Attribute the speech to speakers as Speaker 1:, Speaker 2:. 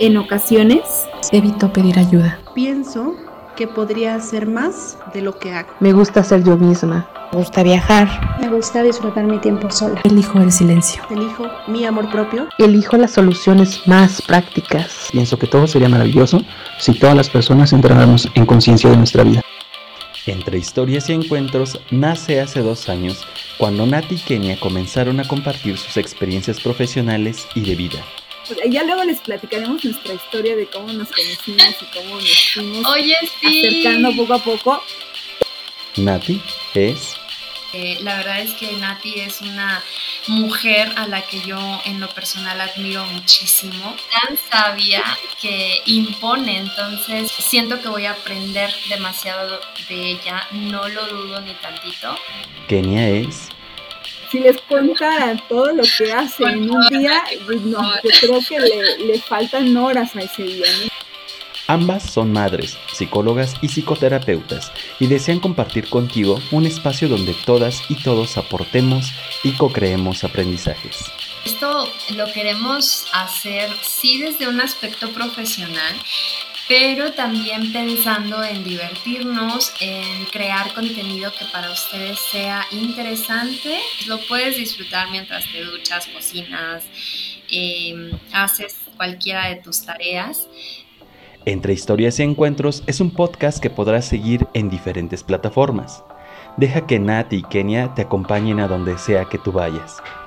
Speaker 1: En ocasiones,
Speaker 2: evito pedir ayuda.
Speaker 3: Pienso que podría hacer más de lo que hago.
Speaker 4: Me gusta ser yo misma.
Speaker 5: Me gusta viajar.
Speaker 6: Me gusta disfrutar mi tiempo sola.
Speaker 2: Elijo el silencio.
Speaker 3: Elijo mi amor propio.
Speaker 4: Elijo las soluciones más prácticas.
Speaker 7: Pienso que todo sería maravilloso si todas las personas entráramos en conciencia de nuestra vida.
Speaker 8: Entre historias y encuentros nace hace dos años cuando Nati y Kenia comenzaron a compartir sus experiencias profesionales y de vida.
Speaker 1: Ya luego les platicaremos nuestra historia de cómo nos conocimos y cómo nos fuimos
Speaker 9: Oye, sí.
Speaker 1: acercando poco a poco.
Speaker 8: Nati es
Speaker 9: Eh, la verdad es que Nati es una mujer a la que yo en lo personal admiro muchísimo, tan sabia que impone, entonces siento que voy a aprender demasiado de ella, no lo dudo ni tantito.
Speaker 8: Kenia es
Speaker 1: Si les contara todo lo que hace en un día, pues no, yo creo que le, le faltan horas a ese día. ¿no?
Speaker 8: Ambas son madres, psicólogas y psicoterapeutas y desean compartir contigo un espacio donde todas y todos aportemos y co-creemos aprendizajes.
Speaker 9: Esto lo queremos hacer sí desde un aspecto profesional, pero también pensando en divertirnos, en crear contenido que para ustedes sea interesante. Lo puedes disfrutar mientras te duchas, cocinas, eh, haces cualquiera de tus tareas.
Speaker 8: Entre historias y encuentros es un podcast que podrás seguir en diferentes plataformas. Deja que Nat y Kenia te acompañen a donde sea que tú vayas.